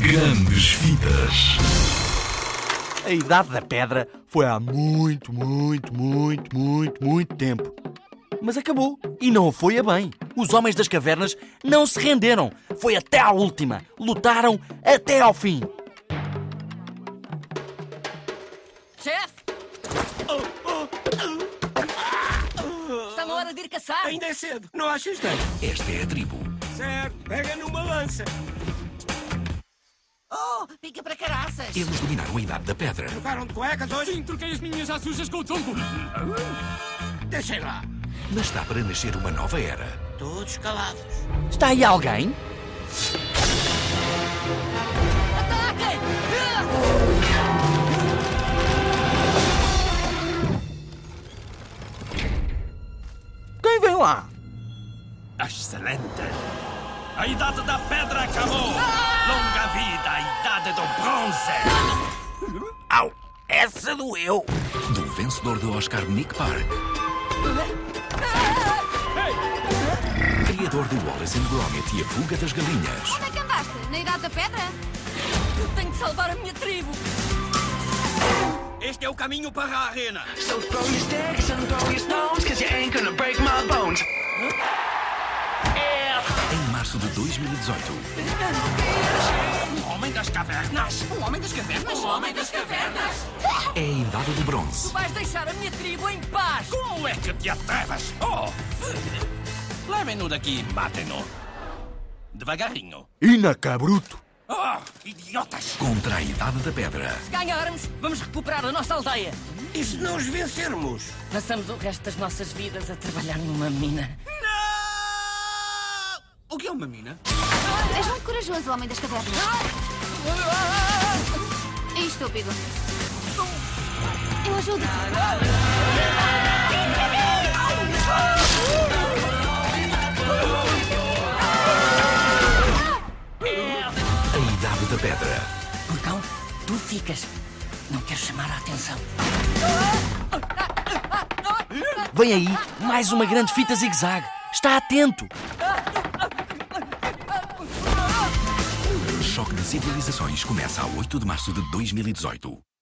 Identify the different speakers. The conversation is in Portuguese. Speaker 1: Grandes fitas.
Speaker 2: A Idade da Pedra foi há muito, muito, muito, muito, muito tempo. Mas acabou. E não foi a bem. Os homens das cavernas não se renderam. Foi até à última. Lutaram até ao fim.
Speaker 3: Chefe! Está na hora de ir caçar!
Speaker 4: Ainda é cedo, não achas bem?
Speaker 1: Esta é a tribo.
Speaker 4: Certo, pega numa lança.
Speaker 3: Oh, pica para caraças!
Speaker 1: Eles dominaram a Idade da Pedra.
Speaker 4: Trocaram de cuecas hoje?
Speaker 5: Sim, troquei as minhas já sujas com o tronco.
Speaker 4: Deixem Uh, lá.
Speaker 1: Mas está para nascer uma nova era.
Speaker 4: Todos calados.
Speaker 2: Está aí alguém?
Speaker 3: Ataquem! Ah!
Speaker 2: Quem vem lá?
Speaker 5: Excelente. A idade da pedra acabou. Longa vida a idade do bronze.
Speaker 1: Au! Essa doeu! Do vencedor do Oscar Nick Park, criador do Wallace and Gromit e a Fuga das Galinhas.
Speaker 3: Onde é que andaste? Na Idade da Pedra? Eu tenho que salvar a minha tribo!
Speaker 4: Este é o caminho para
Speaker 5: Ah,
Speaker 4: a arena.
Speaker 6: So throw your sticks and throw your stones, cause you ain't gonna break my bones.
Speaker 1: Em março de 2018,
Speaker 5: Homem das cavernas.
Speaker 3: Um homem das cavernas? Um homem das cavernas!
Speaker 1: é a Idade do Bronze.
Speaker 3: Vais deixar a minha tribo em paz!
Speaker 5: Como é que te atreves? Oh! f- Levem-no daqui e matem-no. Devagarinho.
Speaker 2: Inacabruto.
Speaker 5: Oh, idiotas.
Speaker 1: Contra a Idade da Pedra.
Speaker 3: Se ganharmos, vamos recuperar a nossa aldeia!
Speaker 4: E se não os vencermos?
Speaker 3: Passamos o resto das nossas vidas a trabalhar numa mina.
Speaker 5: Não! O que é uma mina?
Speaker 7: És muito corajoso, homem das cavernas.
Speaker 3: Ah!
Speaker 7: E estúpido. Eu ajudo-te.
Speaker 1: A Idade da Pedra.
Speaker 3: Porcão, tu ficas. Não quero chamar a atenção.
Speaker 2: Vem aí mais uma grande fita zigue-zague. Está atento.
Speaker 1: Choque de Civilizações começa a 8 de março de 2018.